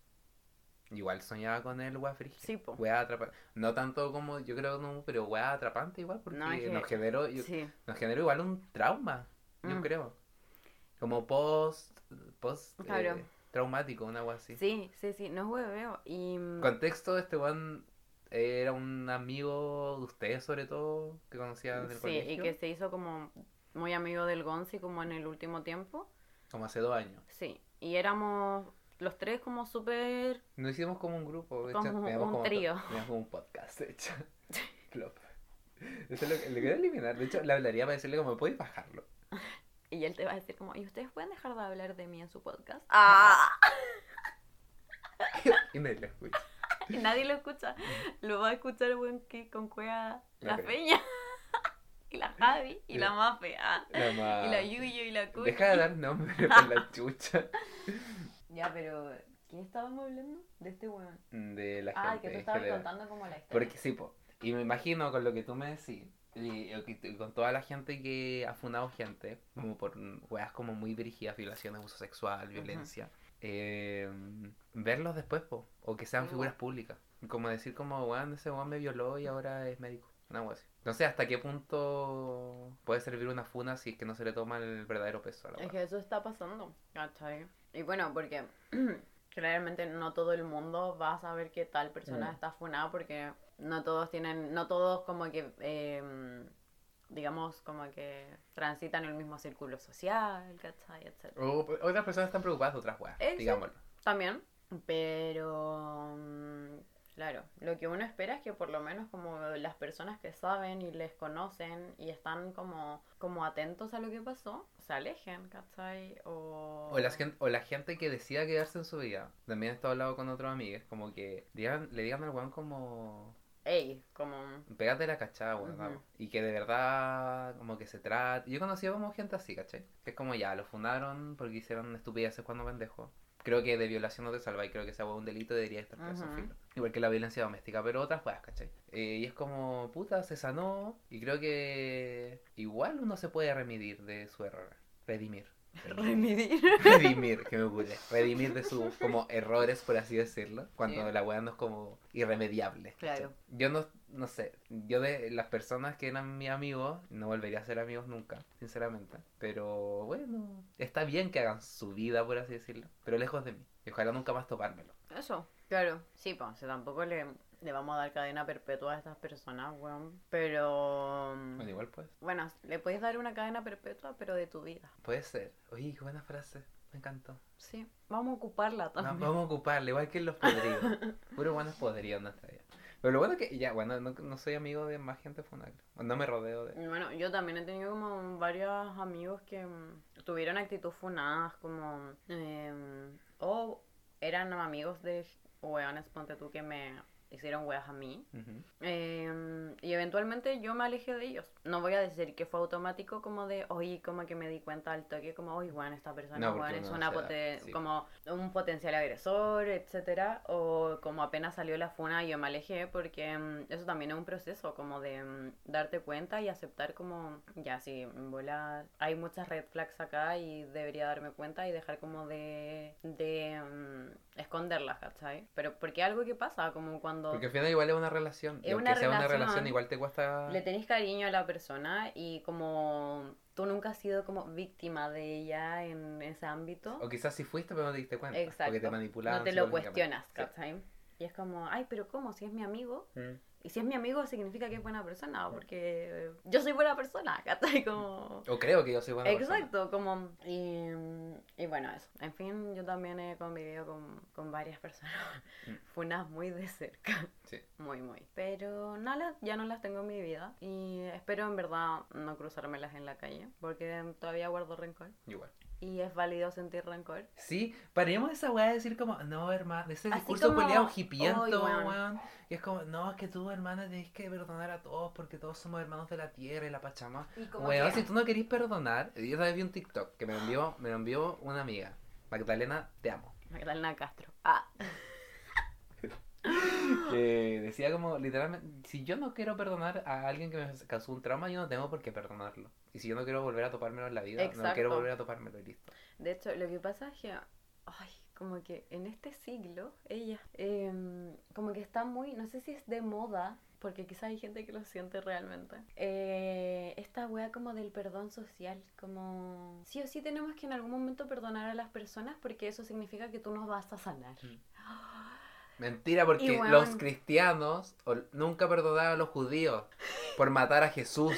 Igual soñaba con él, weá frigio.
Sí, po.
Weá atrapante. No tanto como yo creo, no, pero weá atrapante igual, porque
No, es que-
nos, generó, yo-
Sí.
nos generó igual un trauma, yo
Mm.
creo. Como post, post eh,
Claro.
traumático, una weá así.
Sí, sí, sí, no es hueveo. Y mm,
Contexto, este weón eh, era un amigo de ustedes sobre todo, que conocía del
sí,
colegio,
y que se hizo como muy amigo del Gonzi como en el último tiempo.
como hace dos años.
Sí, y éramos los tres como súper...
No hicimos como un grupo, de
Como
hecho,
un
teníamos to-
trío.
teníamos como un podcast, de hecho. Flop. Eso es lo que le quiero eliminar. De hecho, le hablaría para decirle como, ¿puedes bajarlo?
Y él te va a decir como, ¿y ustedes pueden dejar de hablar de mí en su podcast? ¡Ah!
y nadie lo escucha.
Y nadie lo escucha. Lo va a escuchar buen que con cueva la
Ok.
Peña. y la Javi. Y
Y
la
la-
Mafe. ah.
La ma-
Y la Yuyo. Y la Cuy.
Deja de dar nombre por la chucha
Ya, pero... ¿Quién estábamos hablando? De este weón.
de la gente.
Ah, que tú
en
estabas
general.
contando como la historia.
Porque sí, po. Y me imagino con lo que tú me decís, y, y que- y con toda la gente que ha funado gente, como por weas como muy dirigidas, violación, abuso sexual, violencia, eh, verlos después, po, o que sean
Sí,
figuras públicas. Como decir como, weón, ese weón me violó y ahora es médico. Una wea así. No sé hasta qué punto puede servir una funa si es que no se le toma el verdadero peso a la wea.
Es que eso está pasando, ¿cachai? Y bueno, porque claramente no todo el mundo va a saber que tal persona
Mm.
está funada porque no todos tienen, no todos como que, eh, digamos, como que transitan el mismo círculo social, ¿cachai? Etcétera.
O- otras personas están preocupadas de otras weas,
Eso.
digámoslo.
También, pero, mm, claro, lo que uno espera es que por lo menos como las personas que saben y les conocen y están como, como atentos a lo que pasó, se alejen, ¿cachai? O,
O la, gente, o la gente que decida quedarse en su vida. También he estado hablando con otros amigos, como que digan, le digan al weón como,
Ey, como...
pégate la cachada, weón.
Ujú.
vamos". Y que de verdad, como que se trate. Yo he conocido como gente así, ¿cachai? Que es como ya, lo fundaron porque hicieron estupideces cuando pendejo. Creo que de violación no te salva y creo que ese weón un delito y debería estar preso,
Ujú.
filo. Igual que la violencia doméstica, pero otras weas, ¿cachai? Eh, y es como, puta, se sanó. Y creo que igual uno se puede remidir de su error. Redimir.
Remedir.
redimir, que me ocurre, redimir de sus como errores, por así decirlo, cuando
Sí.
la weá no es como irremediable. ¿cachai?
Claro.
Yo no, no sé, yo de las personas que eran mis amigos, no volvería a ser amigos nunca, sinceramente. Pero bueno, está bien que hagan su vida, por así decirlo, pero lejos de mí. Y ojalá nunca más topármelo.
Eso, claro. Sí, pues, o sea, tampoco le, le vamos a dar cadena perpetua a estas personas, weón. Pero... mm,
Bueno, igual pues,
Bueno, le puedes dar una cadena perpetua, pero de tu vida.
puede ser. Oye, qué buena frase, me encantó.
Sí, vamos a ocuparla
No,
también.
vamos a ocuparle, igual que en los podridos. Puro buenos podridos en nuestra vida. Pero lo bueno es que, ya, bueno, no, no soy amigo de más gente funable. No me rodeo de...
Bueno, yo también he tenido como varios amigos que mm, tuvieron actitud funadas, como... eh, o eran amigos de weones, ponte tú, que me hicieron weas a mí.
Ujú.
Eh, y eventualmente yo me alejé de ellos. No voy a decir que fue automático como de, oye, como que me di cuenta al toque, como, oye, bueno, esta persona
No, porque
weón, es
uno
una
se da-
poten-
sí.
como un potencial agresor, etcétera, o como apenas salió la funa yo me alejé porque mm, eso también es un proceso como de mm, darte cuenta y aceptar como ya sí, en bola, hay muchas red flags acá y debería darme cuenta y dejar como de de mm, esconderlas, ¿cachai? Pero porque algo que pasa como cuando
Porque al final igual es una relación. y
Es
aunque
una
sea una relación,
relación.
igual te cuesta.
le tenés cariño a la persona y como tú nunca has sido como víctima de ella en ese ámbito,
O quizás si fuiste, pero no te diste cuenta. Porque
exacto,
te manipulaban.
no te lo
psicológicamente.
cuestionas,
Sí.
¿cachai? Y es como, ay, pero ¿cómo? Si es mi amigo. Y si es mi amigo significa que es buena persona, porque eh, yo soy buena persona, ¿cachai? Como...
O creo que yo soy buena persona.
Exacto, como... Y, y bueno, eso. En fin, yo también he convivido con, con varias personas. Funas muy de cerca.
Mm. Sí.
Muy, muy. Pero no las, ya no las tengo en mi vida. Y espero en verdad no cruzármelas en la calle, porque todavía guardo rencor.
Igual.
Y es válido sentir rencor.
Sí, paremos esa weá de decir como, no, hermano, ese
Así
discurso
como,
culiao
"Ay,
hipiento,
weón".
weón. Y es como, no, es que tú, hermana, tenés que perdonar a todos porque todos somos hermanos de la tierra y la pachamama.
Y como
Weón,
que-
si tú no querís perdonar, yo también vi un TikTok que me lo envió, me lo envió una amiga. Magdalena, te amo.
Magdalena Castro. Ah,
Que decía como, literalmente, si yo no quiero perdonar a alguien que me causó un trauma, yo no tengo por qué perdonarlo. Y si yo no quiero volver a topármelo en la vida, no
Exacto.
quiero volver a topármelo y listo.
de hecho, lo que pasa es que, ay, como que en este siglo, ella, em, como que está muy, no sé si es de moda, porque quizás hay gente que lo siente realmente. eh, esta wea como del perdón social, como sí o sí tenemos que en algún momento perdonar a las personas porque eso significa que tú no vas a sanar.
Mentira, porque
Y, weón.
los cristianos ol- nunca perdonaron a los judíos por matar a Jesús.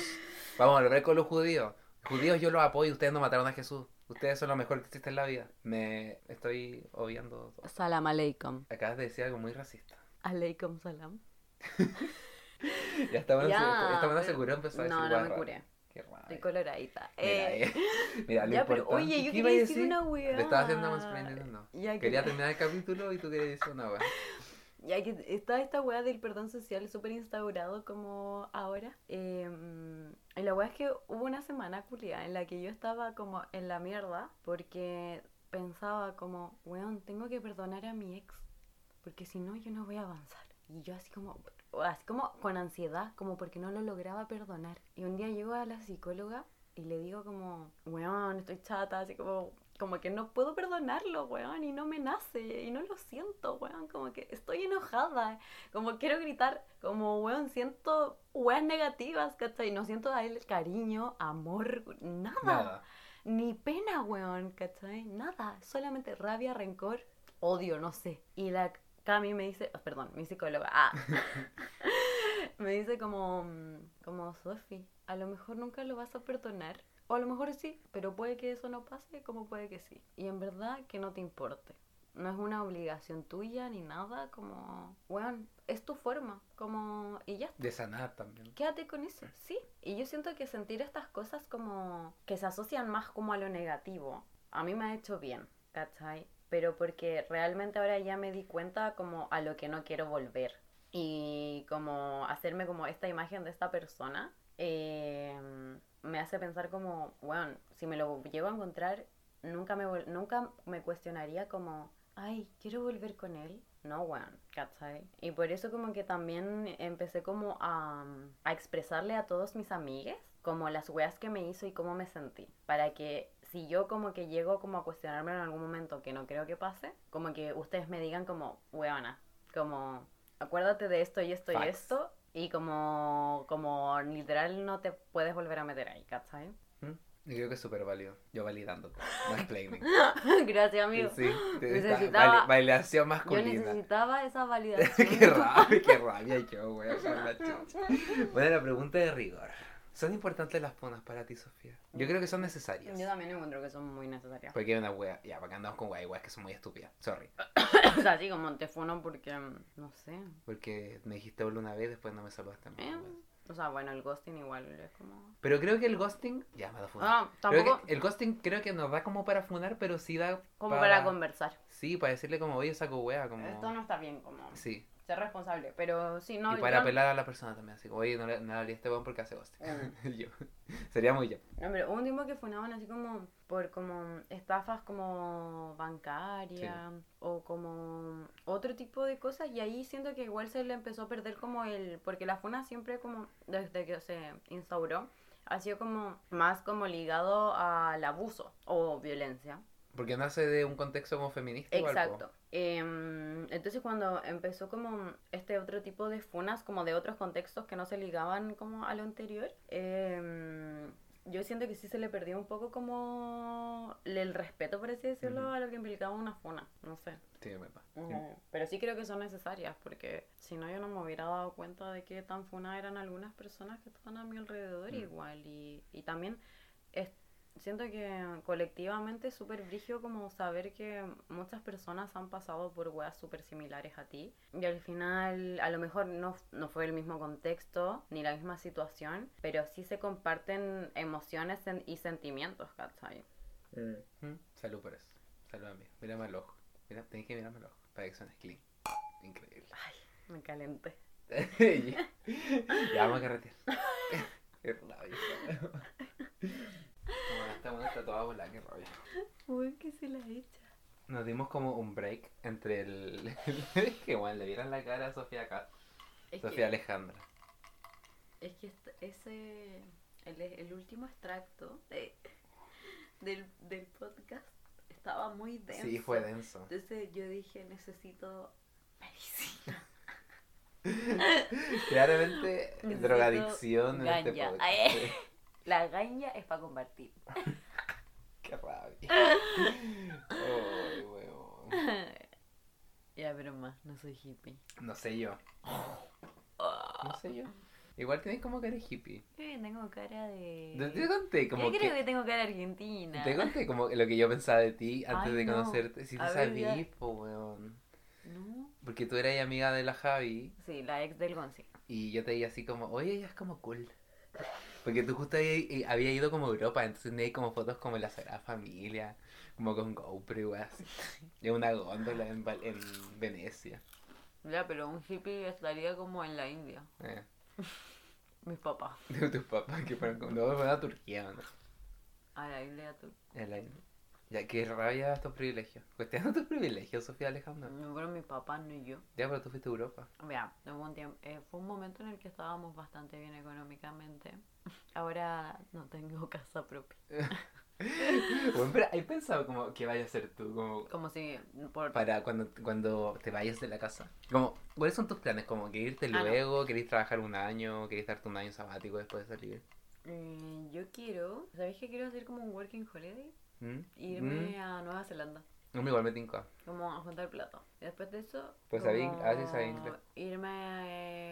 Vamos a volver con los judíos. Judíos yo los apoyo, ustedes no mataron a Jesús. Ustedes son lo mejor que existe en la vida. Me estoy obviando. todo.
Salam aleikum.
Acabas de decir algo muy racista.
Aleikum salam.
Ya esta buena, se,
Ya,
esta buena se
pero-
curó, empezó a decir
No, no me
guarra.
curé.
Qué raro.
Estoy coloradita.
Mira,
Eh,
eh, mira, lo
ya, pero
importante-
oye, yo
¿qué iba a
quería decir una weá.
Te estaba haciendo mansplaining, no.
Ya,
Quería
que-
terminar el capítulo y tú querías decir una weá.
Ya que está esta weá del perdón social súper instaurado como ahora. Eh, y la weá es que hubo una semana culia en la que yo estaba como en la mierda porque pensaba como, weón, tengo que perdonar a mi ex porque si no yo no voy a avanzar. Y yo así como, así como con ansiedad, como porque no lo lograba perdonar. Y un día llego a la psicóloga y le digo como, weón, estoy chata, así como, como que no puedo perdonarlo, weón, y no me nace, y no lo siento, weón, como que estoy enojada, como quiero gritar, como, weón, siento weas negativas, ¿cachai? No siento a él cariño, amor, nada.
Nada.
Ni pena, weón, ¿cachai? Nada, solamente rabia, rencor, odio, no sé. Y la Cami me dice, oh, perdón, mi psicóloga, ah, me dice como, mm, como Sofi, a lo mejor nunca lo vas a perdonar, o a lo mejor sí, pero puede que eso no pase, como puede que sí. Y en verdad que no te importe. No es una obligación tuya ni nada, como, weón, es tu forma, como, y ya está.
De sanar también.
Quédate con eso, sí. Y yo siento que sentir estas cosas como que se asocian más como a lo negativo, a mí me ha hecho bien, ¿cachai? Pero porque realmente ahora ya me di cuenta como a lo que no quiero volver y como hacerme como esta imagen de esta persona eh, me hace pensar como, bueno, si me lo llego a encontrar, nunca me, vol- nunca me cuestionaría como, ay, quiero volver con él. No, weón, ¿cachai? Y por eso como que también empecé como a, a expresarle a todos mis amigues como las weas que me hizo y cómo me sentí. Para que si yo como que llego como a cuestionarme en algún momento que no creo que pase, como que ustedes me digan como, weona, como, acuérdate de esto y esto y
Facts.
esto. Y como, como literal no te puedes volver a meter ahí, ¿cachai?
¿Mm? Y creo que es súper válido. Yo pues, validándote. Mansplaining.
Gracias, amigo.
Sí, te- esta
Necesitaba-
vali- validación
Yo
masculina.
necesitaba esa validación.
qué rabia, qué rabia yo, güey. o sea, la chucha. Bueno, la pregunta de rigor. ¿Son importantes las ponas para ti, Sofía? Yo creo que son necesarias.
Yo también encuentro que son muy necesarias.
Porque hay una wea. Ya, para que andamos con wea, weas que son muy estúpidas. Sorry.
o sea, así como te funo porque, mm, no sé.
Porque me dijiste hola una vez, después no me saludaste más.
Eh,
weón.
O sea, bueno, el ghosting igual es como...
Pero creo que el ghosting. Ya, me da funar.
Ah,
Pues, Creo que
tampoco
el ghosting creo que nos da como para funar, pero sí da.
como para, conversar.
Sí, para decirle como, oye, saco wea. Como...
Esto no está bien, como
Sí.
ser responsable. Pero sí, no...
y para
yo-
apelar a la persona también, así como, oye, no le, no le hablé a este weón porque hace ghosting.
Mm.
yo. Sería muy yo.
No, pero hubo un tiempo que funaban así como por como estafas como bancaria o como otro tipo de cosas y ahí siento que igual se le empezó a perder como el, porque la funa siempre como desde que se instauró ha sido como más como ligado al abuso o violencia.
Porque nace de un contexto como feminista. igual, po.
Exacto. Em, entonces cuando empezó como este otro tipo de funas, como de otros contextos que no se ligaban como a lo anterior, em, yo siento que sí se le perdió un poco como el respeto, por así decirlo,
Ujú.
a lo que implicaba una funa. No sé.
Sí, es verdad.
No, Pero sí creo que son necesarias, porque si no yo no me hubiera dado cuenta de que tan funadas eran algunas personas que estaban a mi alrededor
Mm.
igual. Y, y también es- siento que colectivamente es súper brigio como saber que muchas personas han pasado por weas súper similares a ti. Y al final a lo mejor no, no fue el mismo contexto ni la misma situación, pero sí se comparten emociones sen- y sentimientos, ¿cachai?
Mm, Salud por eso. Salud a mí. Mírame al ojo. Mira, tenés que mirarme al ojo para que suene clean. Increíble.
Ay, me calenté.
ya vamos a carretear. qué rabia. Como esta buena está toda volada, qué rabia.
Uy, que se la echa.
Nos dimos como un break entre el. que bueno, le vieran la cara a Sofía acá. Sofía Alejandra.
Es que est- ese, el, el último extracto de- del, del podcast estaba muy denso.
Sí, fue denso.
Entonces yo dije, necesito medicina.
Claramente,
Necesito
drogadicción en este
ganja. Eh.
podcast.
Ay.
Sí.
La gaña es para compartir.
Qué rabia. Ay, huevón.
ya, pero más, no soy hippie.
No sé yo.
Ah.
No sé yo. Igual tienes como cara de hippie.
Creo que tengo cara
Te te
de...
conté como
Yo creo
que-
que tengo cara argentina.
Te conté como lo que yo pensaba de ti antes
Ay,
de
no.
conocerte. Si
A
te
ver,
sabís,
ya.
po, weón.
¿No?
Porque tú eras amiga de la Javi
Sí, la ex del Gonzi.
y yo te dije así como, oye, ella es como cool. Porque tú justo había, había ido como a Europa, entonces tenías como fotos como en la Sagrada Familia, como con GoPro y weas así. Y una góndola en, Val- en Venecia.
Ya, pero un hippie estaría como en la India.
Eh,
Mis papás.
de tus papás que fueron como, no, fueron a Turquía, ¿no?
A la India tú.
El año. Ya que rabia estos privilegios. Cuestionando tus privilegios, Sofía Alejandra.
No fueron mis papás, no yo.
Ya, pero tú fuiste a Europa.
Vea, hubo un tiemp- eh, fue un momento en el que estábamos bastante bien económicamente. Ahora no tengo casa propia.
Bueno, pero ¿hay pensado como que vaya a ser tú? Como
Como si mm, por...
para cuando, cuando te vayas de la casa. Como, ¿cuáles son tus planes? Como que irte
Ah, no.
luego, querés trabajar un año, querés darte un año sabático después de salir.
Eh, yo quiero... ¿Sabéis que quiero hacer como un working holiday?
¿Mm?
Irme a Nueva Zelanda.
Mm, no, igual me tinca.
Como a juntar plata. Y después de eso...
Pues sabía ing-
como
ah, sí sabía inglés.
Irme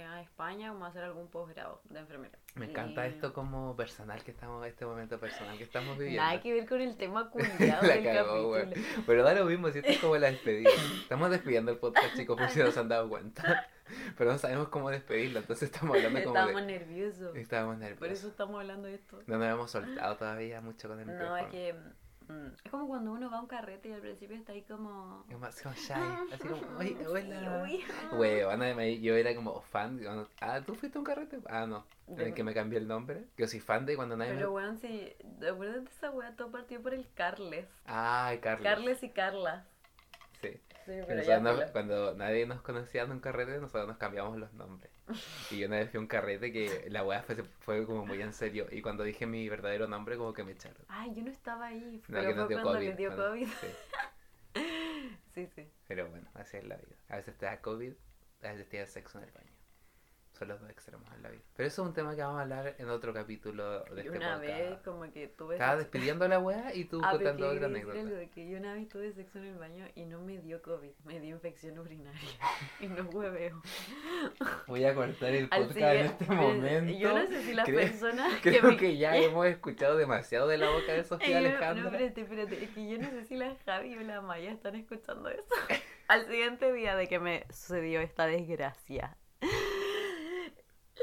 eh, a España como a hacer algún posgrado de enfermera.
Me encanta
Y-
esto como personal que estamos, este momento personal que estamos viviendo.
Eh. Nada que ver con el tema culiado
La
del
cagó,
capítulo.
güey. Pero da lo mismo, si esto es como la despedida. Estamos despidiendo el podcast, chicos, por si no se han dado cuenta. Pero no sabemos cómo despedirlo, entonces estamos hablando como
Estamos
de...
nerviosos.
Estábamos
Por eso
nerviosos.
estamos hablando de esto.
No nos hemos soltado todavía mucho con el
No,
micrófono.
es que. mm, Es como cuando uno va a un carrete y al principio está ahí como.
Es más como shy, así como, oye,
Sí,
hola.
uy.
Huevona, me- yo era como fan. de cuando- ah, ¿tú fuiste a un carrete? Ah, no. En el
De-
que me cambié el nombre. Yo soy fan de cuando nadie
Pero
me.
weón, sí. Acuérdate de esa wea, todo partió por el Carles.
Ay, Carlos.
Carles y Carla.
Sí.
Sí,
Que
pero ya.
nosotros nos-
filo.
cuando nadie nos conocía en un carrete, nosotros nos cambiamos los nombres. Y yo una vez fui a un carrete que la weá fue, fue como muy en serio. Y cuando dije mi verdadero nombre, como que me echaron.
Ay, yo no estaba ahí.
No,
pero
que
fue
nos dio
cuando
COVID.
le dio
bueno,
COVID.
sí.
Sí, sí.
Pero bueno, así es la vida. A veces te da COVID, a veces te da sexo en el baño. Son los dos extremos en la vida. Pero eso es un tema que vamos a hablar en otro capítulo de
Y
este
una
podcast.
vez, como que tuve.
Estaba
sexo-
despidiendo a la weá y tú
Ah, pero
contando
que
otra
quería decir
anécdota.
algo, de que yo una vez tuve sexo en el baño y no me dio COVID, me dio infección urinaria y no hueveo.
Voy a cortar el
Al
podcast en
siguiente-
este
pero
momento.
Yo no sé si las
creo-
personas
Creo
me-
que, ya hemos escuchado demasiado de la boca de Sofía
Yo-
Alejandra.
No, espérate, espérate. Es que yo no sé si la Javi o la Maya están escuchando eso. Al siguiente día de que me sucedió esta desgracia.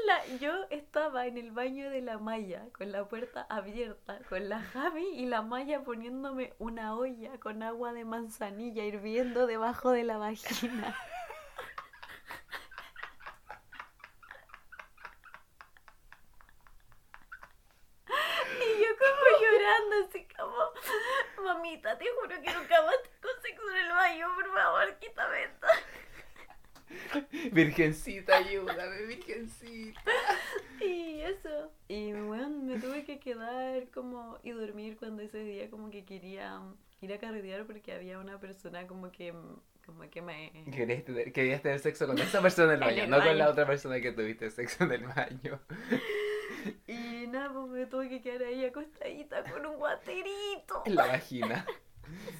La, yo estaba en el baño de la Maya con la puerta abierta, con la Javi y la Maya poniéndome una olla con agua de manzanilla hirviendo debajo de la vagina. Y yo como llorando, así como, mamita, te juro que nunca más tengo sexo en el baño, por favor, quítame esto.
Virgencita, ayúdame, virgencita.
Y eso. Y bueno, me tuve que quedar como y dormir cuando ese día como que quería ir a carretear porque había una persona como que, como que me...
Querías tener, querías tener sexo con esa persona en el
En
baño,
el
no con la
baño.
otra persona que tuviste sexo en el baño.
Y nada, pues me tuve que quedar ahí acostadita con un guaterito.
En la vagina.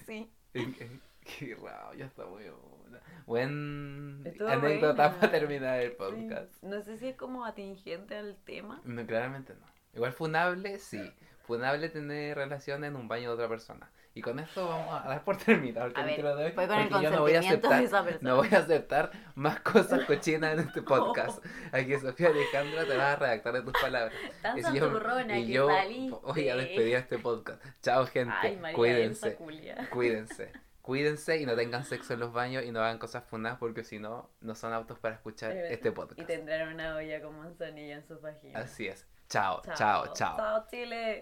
Sí.
Eh, Qué rabia esta weona. Buen
Estuvo
anécdota
buena.
para terminar el podcast.
Sí. No sé si es como atingente al tema.
No, claramente no. Igual funable, sí. Funable tener relación en un baño de otra persona. Y con esto vamos a dar por terminado el
A ver,
capítulo de hoy.
fue con el
porque yo no voy a
consentimiento de
aceptar,
esa persona.
no voy a aceptar más cosas cochinas en este podcast. Aquí Sofía Alejandra te va a redactar de tus palabras.
Tan
Y si yo-
santurrona
y
que
yo
saliste.
voy a despedir este podcast. Chao gente,
Ay, María
cuídense,
Elsa Culia.
cuídense, cuídense y no tengan sexo en los baños y no hagan cosas funadas porque si no, no son aptos para escuchar
Es verdad.
este podcast.
Y tendrán una olla con manzanilla en su vagina.
Así es. Chao, chao, chao.
Chao, Chile.